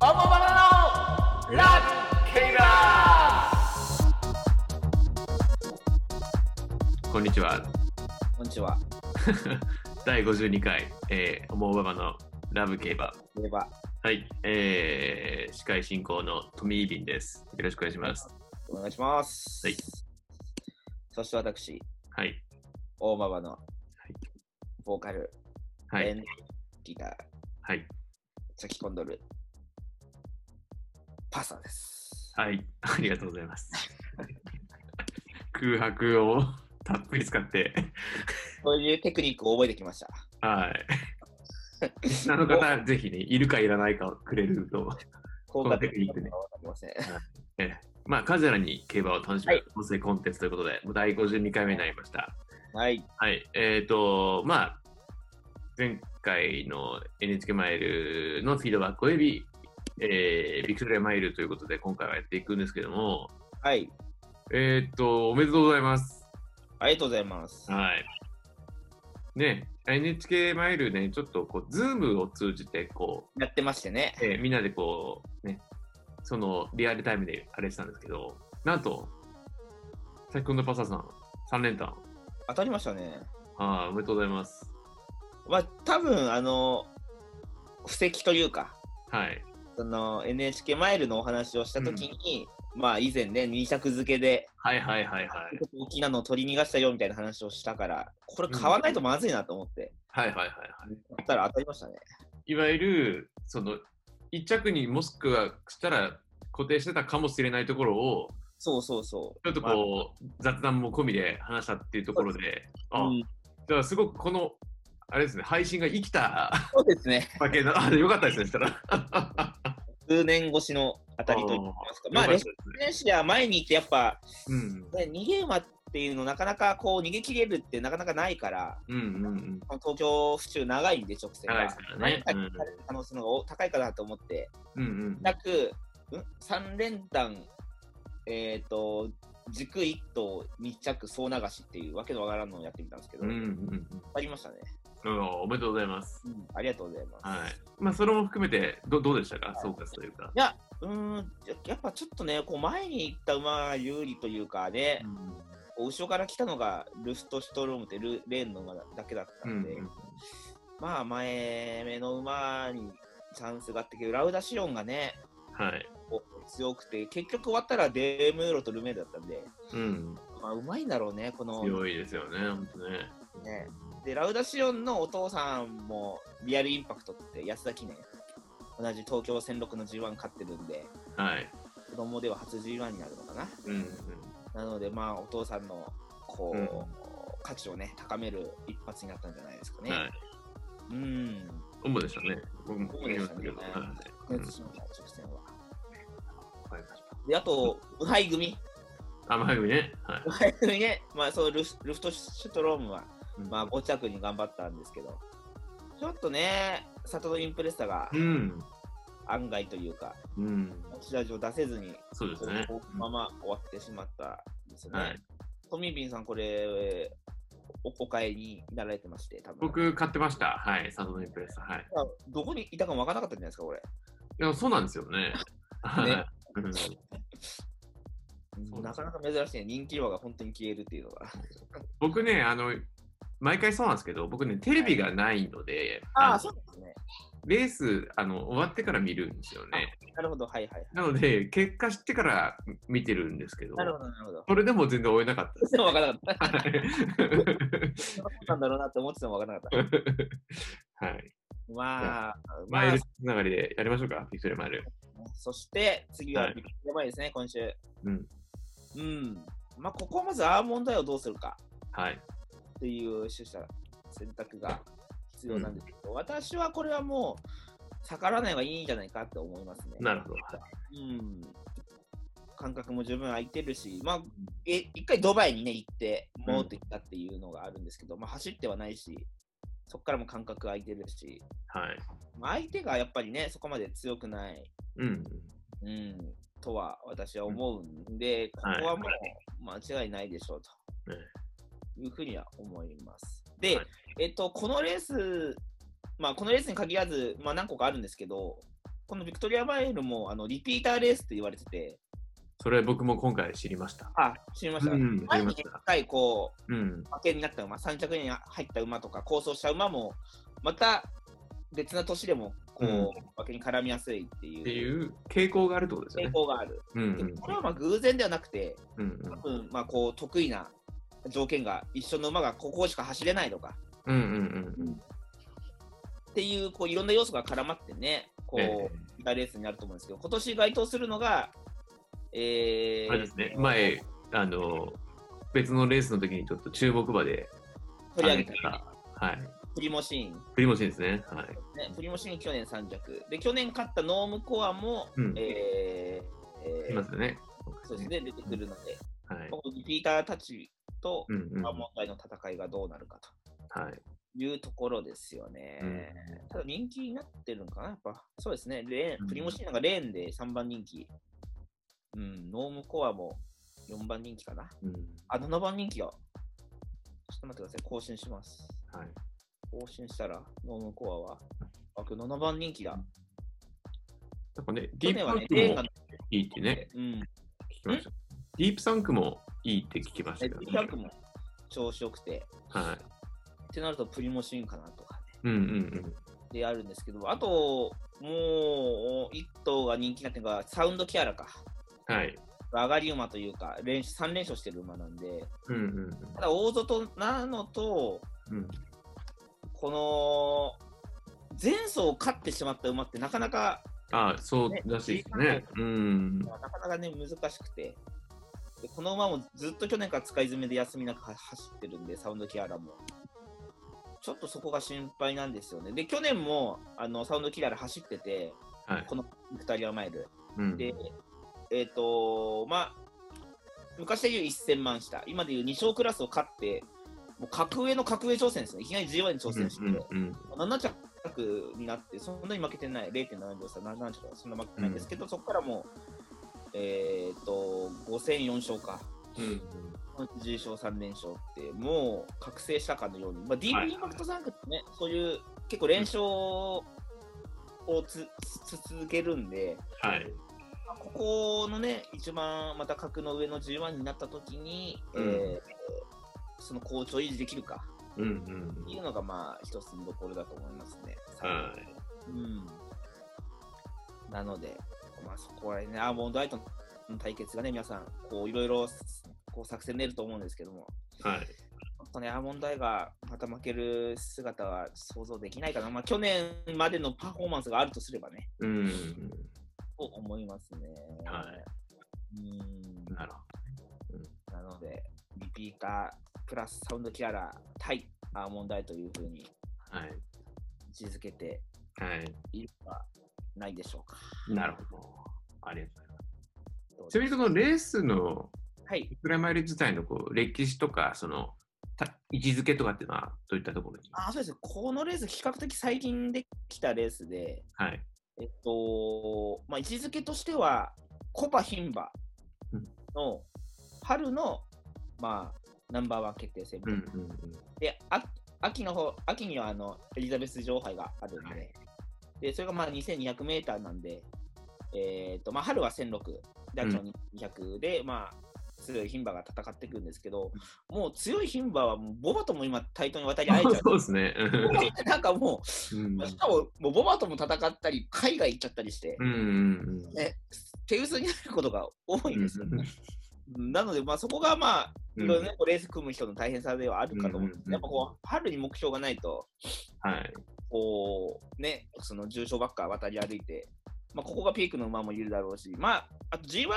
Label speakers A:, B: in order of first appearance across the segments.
A: オモバナのラブケイラ
B: こんにちは。
C: こんにちは。
B: 第52回、えー、思うままのラブ競馬。
C: では、
B: はい。えー、司会進行のトミー・イビンです。よろしくお願いします。
C: お願いします。
B: はい。
C: そして私、
B: はい。
C: 大馬場の
B: い
C: ボーカル、
B: は
C: エ
B: い。
C: ンギター、
B: はい。
C: チャキコンドル、パサです。
B: はい。ありがとうございます。 空白をたっぷり使って、
C: そういうテクニックを覚えてきました。
B: はい。リスナーの方、ぜひね、いるかいらないかをくれると、
C: 効
B: の
C: 果
B: テ
C: 的
B: クニックね
C: なのかわかりません。
B: まあ、カジュアルに競馬を楽しむ
C: はい
B: 音声コンテンツということで、もう第52回目になりました。
C: はい。
B: はい、えっ、ー、と、まあ、前回の NHK マイルのフィードバックおよび、えー、ビクトリアマイルということで、今回はやっていくんですけども、
C: はい。
B: えっ、ー、と、おめでとうございます。
C: ありがとうございます。
B: はい。ね、NHK マイルね、ちょっとこう、ズームを通じて、こ
C: やってましてね。
B: う、えーみんなでこう、ね、そのリアルタイムであれしたんですけど、なんと、先ほどのパサさん、3連単。
C: 当たりましたね。
B: あーおめでとうございます。
C: まあ、多分、あの、布石というか、
B: はい。
C: その NHK マイルのお話をしたときに、まあ以前ね、2着付けで
B: はいはいはいはい。
C: 大きなのを取り逃がしたよみたいな話をしたから、これ買わないとまずいなと思って、
B: はいはいはいはい。
C: 買ったら当たりましたね。
B: いわゆるその一着にもしくはしたら固定してたかもしれないところを
C: そうそうそう。
B: ちょっとこう、雑談も込みで話したっていうところで、
C: まあ
B: あ
C: うん
B: だからすごくこのあれですね配信が生きた
C: そうですね。
B: わけのあよかったですねした らあ
C: 数年越しの当たりといいますか。まあ、
B: よか
C: レ
B: っ
C: ス
B: たですね
C: 選手では前に行ってやっぱ、
B: うん
C: ね、逃げ馬っていうのなかなかこう逃げ切れるってなかなかないから、
B: うんうんうん
C: この東京府中長いんで直線が。
B: 長いですからね
C: 前に帰される可能性の方が高いかなと思って、
B: うんうん
C: なく、うん、3連単、えっ、と、軸1頭2着総流しっていうわけのわからんのをやってみたんですけど、
B: うんうん
C: 当
B: うん
C: たりましたね、
B: うんおめでとうございます
C: ありがとうございます。
B: はいまあそれも含めてどどうでしたか総括というか、
C: いや、うーん、ややっぱちょっとね、こう前に行った馬が有利というかね、こう後ろから来たのがルストシュトロームってルレーンの馬だけだった
B: うん
C: で、
B: ん
C: まあ前目の馬にチャンスがあったけど、ラウダシオンがね、
B: はい
C: こう強くて、結局終わったらデームーロとルメールだったんで、
B: うん
C: まあうまいんだろうね、この
B: 強いですよね本当ね
C: ね、でラウダシオンのお父さんもリアルインパクトって安田記念同じ東京戦六の G1 勝ってるんで
B: はい
C: 子供では初 G1 になるのかな
B: うんうん
C: なのでまあお父さんのこう、
B: うん
C: 価値をね高める一発になったんじゃないですかね、
B: はい。
C: うん
B: 主でしたね。僕も
C: 主でしたね
B: 見ましたけどはい
C: 直
B: うん
C: 線は
B: わかりました
C: であと無敗組
B: あ、まあ、ね。はい
C: 無。敗組ねまあそうルフルフトシュトロームはまあ
B: あ、
C: 5着に頑張ったんですけどちょっとねサトノインプレッサが
B: うん。
C: 案外というか、
B: うん。
C: 持ち味を出せずに
B: そうですね。
C: このまま終わってしまったんですよね。
B: はい。
C: トミービンさん、これ、おお買いになられてまして、多分
B: 僕、買ってました。はい。サンドインプレス。はい。
C: どこにいたか分からなかったんじゃないですか、これ。
B: いや、そうなんですよね。はい。うんそう
C: なかなか珍しいね、人気馬が本当に消えるっていうのが。
B: 僕ね、あの、毎回そうなんですけど、僕ね、テレビがないので、あの
C: うですね。
B: レースあの終わってから見るんですよね。
C: なるほど、はいはいはい。
B: なので、結果知ってから見てるんですけど、
C: なるほど、なるほど。
B: それでも全然追えなかったです
C: でも分からなかっ
B: は
C: た。
B: い
C: そうなんだろうなって思ってても分からなかった。
B: はい。
C: まあ、ま
B: マイ
C: あ
B: ル、つながりでやりましょうか、ピクトルマイル。
C: そして、次は
B: はい
C: ビッグマイルですね、今週。
B: うん。
C: うん。まあ、ここはまずアーモンドアイをどうするか。
B: はい。
C: っていう取捨選択が必要なんですけど、私はこれはもう逆らわない方がいいんじゃないかって思いますね。
B: なるほど。
C: うん感覚も十分空いてるし、まあ、え一回ドバイにね行って戻ってきたっていうのがあるんですけど、まあ、走ってはないし、そこからも感覚空いてるし、
B: はい。
C: まあ、相手がやっぱりね、そこまで強くない、
B: うん。
C: うん、とは私は思うんで、こ
B: はい
C: こはもう間違いないでしょうと。
B: ね
C: いうふうには思います。で、
B: はい
C: えっと、このレース、まあ、このレースに限らず、まあ、何個かあるんですけど、このビクトリアマイルもあのリピーターレースって言われてて、
B: それ僕も今回知りました。
C: あ、知りました。
B: うん
C: 前
B: 知りま
C: に
B: し
C: 一
B: た
C: 回こう、
B: う
C: 負
B: ん。
C: けになった馬、3着に入った馬とか、構想した馬も、また別な年でもこう、
B: うん
C: 負けに絡みやすいっていう
B: っていう傾向があるってことです
C: 傾
B: よね。
C: 向がある。
B: うん
C: でこれはまあ偶然ではなくて、
B: うんう
C: 多
B: ん
C: 分まあこう得意な条件が一緒の馬がここしか走れないとか
B: うんうんうん
C: っていうこういろんな要素が絡まってね、こう、
B: え
C: 大レースになると思うんですけど、今年該当するのが、え
B: え
C: ー、
B: あれですね、前、あの、別のレースの時にちょっと注目馬で
C: 取り上げた
B: はい。
C: プリモシーン、
B: 振りもしいですね。はい。
C: ね、プリモシーン去年3着、で去年勝ったノームコアも、
B: うん
C: えーえー
B: いますよね。
C: そうですね、出てくるので、
B: はい。
C: このリピーターたちと
B: うんうん。
C: まあ
B: は
C: 問題の戦いがどうなるかと
B: い。
C: いうところですよね。
B: うん
C: ただ人気になってるのかな、やっぱ。そうですね、レー
B: うん
C: ン、プリモシーンなんかレーンで3番人気。うん、ノームコアも4番人気かな。
B: うん
C: あ、7番人気が。ちょっと待ってください、更新します。
B: はい。
C: 更新したら、ノームコアは。あ、今日7番人気だ。
B: なんかね、
C: 去
B: ディー
C: 年
B: プ
C: は
B: サ
C: ね
B: ン、ク
C: レーン
B: も
C: が、
B: いいってね、
C: うん、
B: 聞きました。ディープサンクもいいって聞きました
C: え
B: けどね。
C: 200も調子よくて。
B: はい。
C: ってなると、プリモシーンかなとかね。
B: うんうん
C: であるんですけど、あと、もう、一頭が人気になってるのが、サウンドキャラか。
B: うん。はい。
C: 上がり馬というか、連3連勝してる馬なんで、
B: うんうん
C: ただ大外なのと、
B: うん。うん
C: この、前走を勝ってしまった馬ってなかなか、
B: ああ、そうらしいですね。うん。
C: なかなかね、難しくて。でこの馬もずっと去年から使い詰めで休みなくは走ってるんで、サウンドキャラも。ちょっとそこが心配なんですよね。で、去年も、あの、サウンドキャラ走ってて、
B: はい。
C: このビクタリアマイル。
B: うん。
C: で、えっ、とまあ、昔で言う1000万した、今で言う2勝クラスを勝って、もう格上の格上挑戦ですね、いきなり G1 に挑戦して、
B: うんうん
C: 7着になって、そんなに負けてない、0.7秒差、7着はそんな負けてないんですけど、そこからもう、えっ、と、5004勝か。
B: うんうん
C: 10勝3連勝って、もう覚醒したかのように、まあ、ディープインパクトサンクってね、そういう結構連勝をつつ続けるんで、
B: はい。
C: まあここのね、一番また格の上の G1 になったときに、
B: うん
C: えーその好調を維持できるか
B: うんうん
C: っていうのが、まあ、一つのところだと思いますね。
B: はい。
C: うん、なので、まあ、そこはね、アーモンドアイとの対決がね、皆さん、こういろいろこう作戦練ると思うんですけども、
B: はい。
C: ちょっとね、アーモンドアイがまた負ける姿は想像できないかな、まあ、去年までのパフォーマンスがあるとすればね、
B: うん。
C: と思いますね。
B: は
C: うん
B: なるほ
C: なので、リピータープラスサウンドキャラ対アーモンドアイというふうに
B: ど。はい。
C: 位置づけて
B: はい。
C: いるかないでしょうか。
B: なるほど。ありがとうございます。
C: どうで
B: ちなみにそのレースの
C: はい、
B: プライマリ自体のこう歴史とか、そのた位置づけとかっていうのはどういったところに
C: あそうですこのレース、比較的最近できたレースで、
B: はい。
C: えっとまあ、位置づけとしては、コパ・ヒンバの春の、まあ、ナンバーワン決定戦、
B: うんうん
C: であ秋の方秋にはあのエリザベス女王杯があるんで,、
B: はい
C: でそれがまあ 2200m なんで、えーとまあ、春は1006で秋は200で、まあ、強い牝馬が戦っていくんですけどもう強い牝馬はもうボバとも今対等に渡り合えち
B: う
C: ゃ
B: ん。 そうですね。
C: うなんかも
B: うん
C: うしかももうボバとも戦ったり海外行っちゃったりして
B: う、んうん
C: ね、手薄になることが多
B: う
C: い
B: ん。
C: んですよね。なので、まあ、そこがまあいろいろね、こうレース組む人の大変さではあるかと思うんですけど、やっぱこう春に目標がないと、
B: はい。
C: こう、ね、その重症ばっか渡り歩いて、まあ、ここがピークの馬もいるだろうし、まあ、あと G1 っ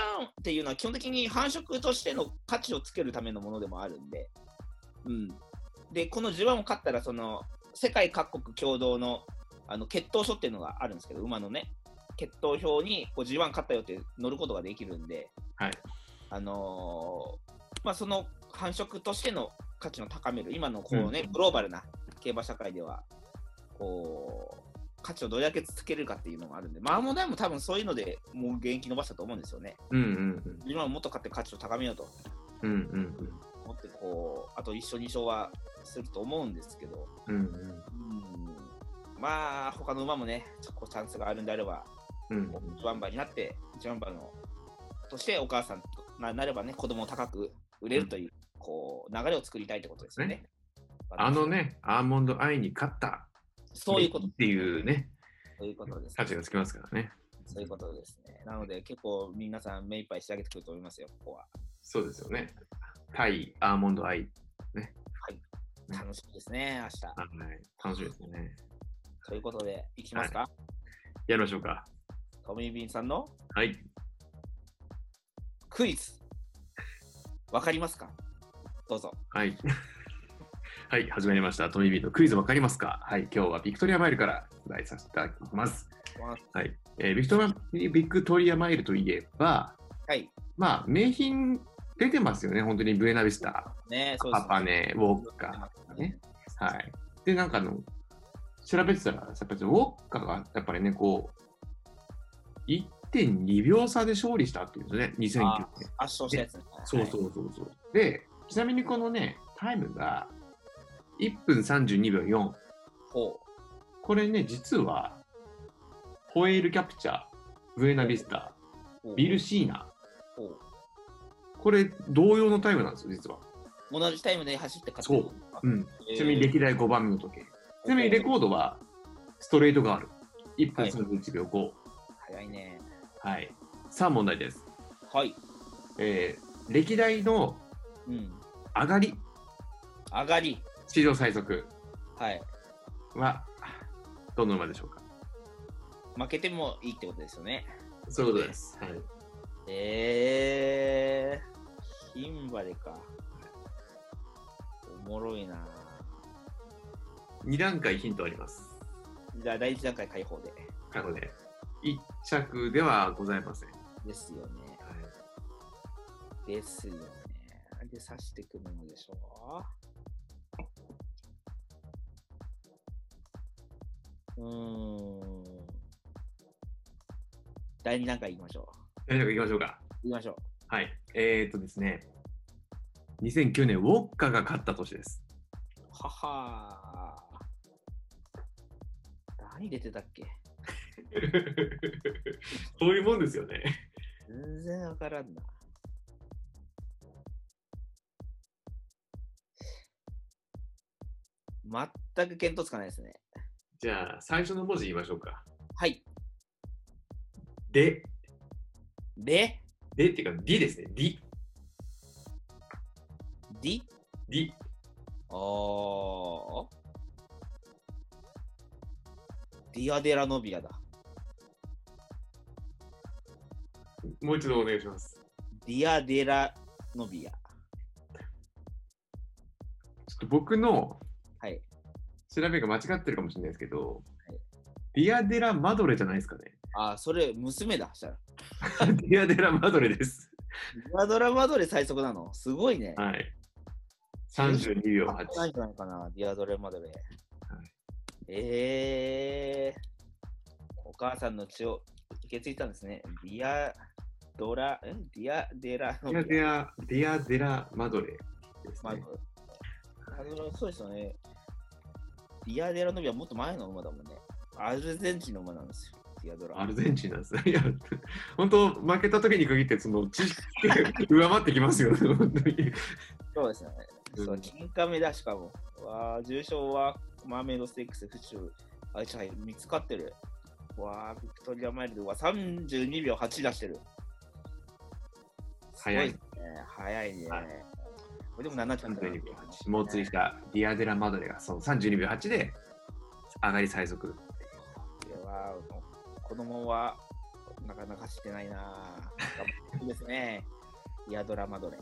C: ていうのは基本的に繁殖としての価値をつけるためのものでもあるんで、うん。で、この G1 を勝ったら、その、世界各国共同の、あの、血統書っていうのがあるんですけど、馬のね、血統表にこう G1 勝ったよって乗ることができるんで、
B: はい。
C: あのーまあ、その繁殖としての価値の高める、今のこうね、
B: うん
C: グローバルな競馬社会では、こう、価値をどれだけつけるかっていうのもあるんで、マーモダイも多分そういうのでもう現役伸ばしたと思うんですよね。
B: うんうん
C: 今ももっと勝って価値を高めようと
B: うん。うんうん
C: 思って、こう、あと一緒に勝はすると思うんですけど、
B: うん。うんうん。
C: うんまあ、他の馬もね、ちょっとこうチャンスがあるんであれば、
B: うん。
C: ワンバーになって、一番バーの、としてお母さんとななればね、子供を高く売れるという、こう、流れを作りたいってことですよね。
B: あの、ね、アーモンドアイに勝った。
C: そういうこと
B: っ。ていうね、
C: そういうことです、
B: 価値がつきますからね。
C: そういうことですね。なので、結構皆さん目いっぱい仕上げてくると思いますよ、ここは。
B: そうですよね。対アーモンドアイ。うん
C: 楽しみですね、明日。
B: はい楽しみですね。
C: ということで、いきますか、
B: やりましょうか。
C: トミー・ビーンさんの
B: はい。
C: クイズ。わかりますかどうぞ。
B: はい。 はい、始まりました。トミービーのクイズわかりますかはい、今日はビクトリアマイルから出題させていただきます。はい。えービクトリアビクトリアマイルといえば、
C: はい。
B: まあ、名品出てますよね、本当にブエナビスタ、
C: ね、そうで
B: パ
C: す
B: パネ、ウォッカーね。はい。で、なんかあの、調べてたら、やっぱりウォッカが、やっぱりね、こう、1.2秒差で勝利したっていうんですよね、2009
C: あ
B: 年。
C: 圧勝したやつね。
B: そうそうそうそう。で、ちなみにこのね、タイムが1分32秒4。
C: ほ
B: これね、実は、ホエールキャプチャー、ブエナビスタ、
C: う。
B: ビルシーナ、
C: ほう
B: これ同様のタイムなんですよ、実は。
C: 同じタイムで走って勝ってる。
B: うん。
C: えー
B: ちなみに歴代5番目の時計。ちなみにレコードは、ストレートガール、1分31秒5。
C: 早いね。
B: はい。さあ、問題です。
C: はい。
B: えー、歴代の
C: うん。
B: 上がり、
C: 上がり。
B: 史上最速
C: はい。
B: は、どの馬でしょうか
C: 負けてもいいってことですよね。
B: そういうことです。はい。
C: えー。ヒンバレか。おもろいな
B: 2段階ヒントあります。
C: じゃあ、第一段階解放で。
B: なので、1着ではございません。
C: ですよね。ですよね。で、刺してくるのでしょうーん。第2段階いきましょ
B: 大丈夫、行きましょうか。
C: う。いきましょう。
B: はい。えー、っとですね、2009年、ウォッカが勝った年 です。
C: ははー。何出てたっけ
B: そういうもんですよね。
C: 全然わからんな。全く見当つかないですね。
B: じゃあ、最初の文字言いましょうか。
C: はい。
B: で、
C: で、
B: でっていうか、りですね。り、
C: D
B: り。
C: ああ。ディアデラノビアだ。
B: もう一度お願いします。
C: ディアデラノビア。
B: ちょっと僕の
C: はい。
B: 調べが間違ってるかもしれないですけど、
C: はい
B: ディアデラ・マドレじゃないですかね。
C: ああ、それ、娘だ。したら。
B: ディアデラ・マドレです。
C: ディアドラマドレ最速なのすごいね。
B: はい。32秒
C: あないん
B: 8。
C: じゃないかな、ディアドラマドレ。ええお母さんの血を受け継いだんですね。ディアドラ、んディアデラノ
B: ディア
C: ビ
B: デ
C: ア。
B: ラ・ディアデラ・マドレです
C: まあ
B: ね。
C: あのそうですよね。ディアデラノビアもっと前の馬だもんね。アルゼンチンの馬なんですよ。ディアドラ。
B: アルゼンチンなんです ね。いや、本当、負けた時に限って、その知識が上回ってきますよ ね、本当に。
C: そうですよね。
B: うん
C: そう、金カメだしかも。わあ、重賞はマーメイドステークス府中、あいつは見つかってる。わあ、ビクトリアマイルドは32秒8出してる。
B: 早い
C: すごですね。早いね。
B: はい
C: これでも7ちゃん
B: 32秒8。猛追したディアデラ・マドレが、その32秒8で、上がり最速。
C: これは、もう子供はなかなか走ってないなぁ。頑張っていいですね。いや、ドラマどれ。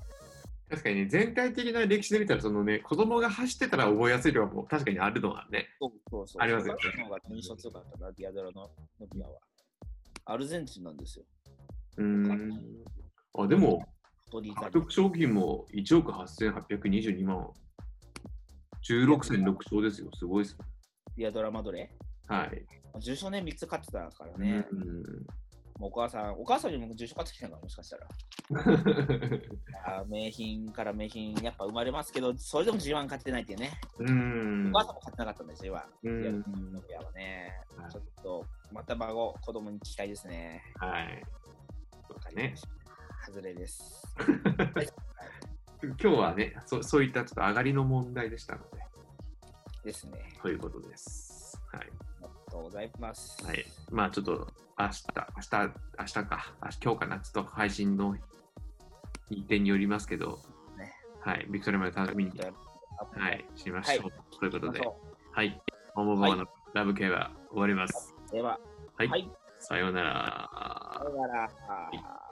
B: 確かにね、全体的な歴史で見たら、そのね、子供が走ってたら覚えやすい量も確かにあるのはね。
C: そうそうそう。
B: ありますよね
C: お母さんの方が印象強かったな、ディアドラのノビアは。アルゼンチンなんですよ。
B: うーん。あ、でも、
C: 太りザ
B: 獲
C: リ
B: 得賞金も1億8822万。16戦6勝ですよ。すごいですね。
C: ディアドラマドレ。
B: はい。
C: 重賞ね、3つ勝ってたからね。
B: うん
C: もうお母さん、お母さんにも重賞買ってきたのかなもしかしたら。あー名品から名品、やっぱ生まれますけど、それでも G1 買ってないっていうね。
B: うん
C: お母さんも買ってなかったんですよ、今。
B: うん
C: いやうんいやね
B: はい、
C: ちょっと、また孫、子供に聞きたいですね。
B: はい。そうだね。
C: 外れです。
B: 今日はねそ、そういったちょっと上がりの問題でしたので、
C: ですね。
B: ということです。はい。
C: ありがとうございます。
B: はい、まあちょっと明日、明日、明日か、明日今日かな、ちょっと配信の日程によりますけど、
C: ね
B: はい、ビクトリアマで楽しみに、
C: じゃあ
B: はい、しましょう。
C: は
B: ということで
C: 行きまし、ょ
B: はい、モモモモのラブ系は終わります。
C: うでは、
B: はい、
C: はい
B: さようなら。
C: さようなら。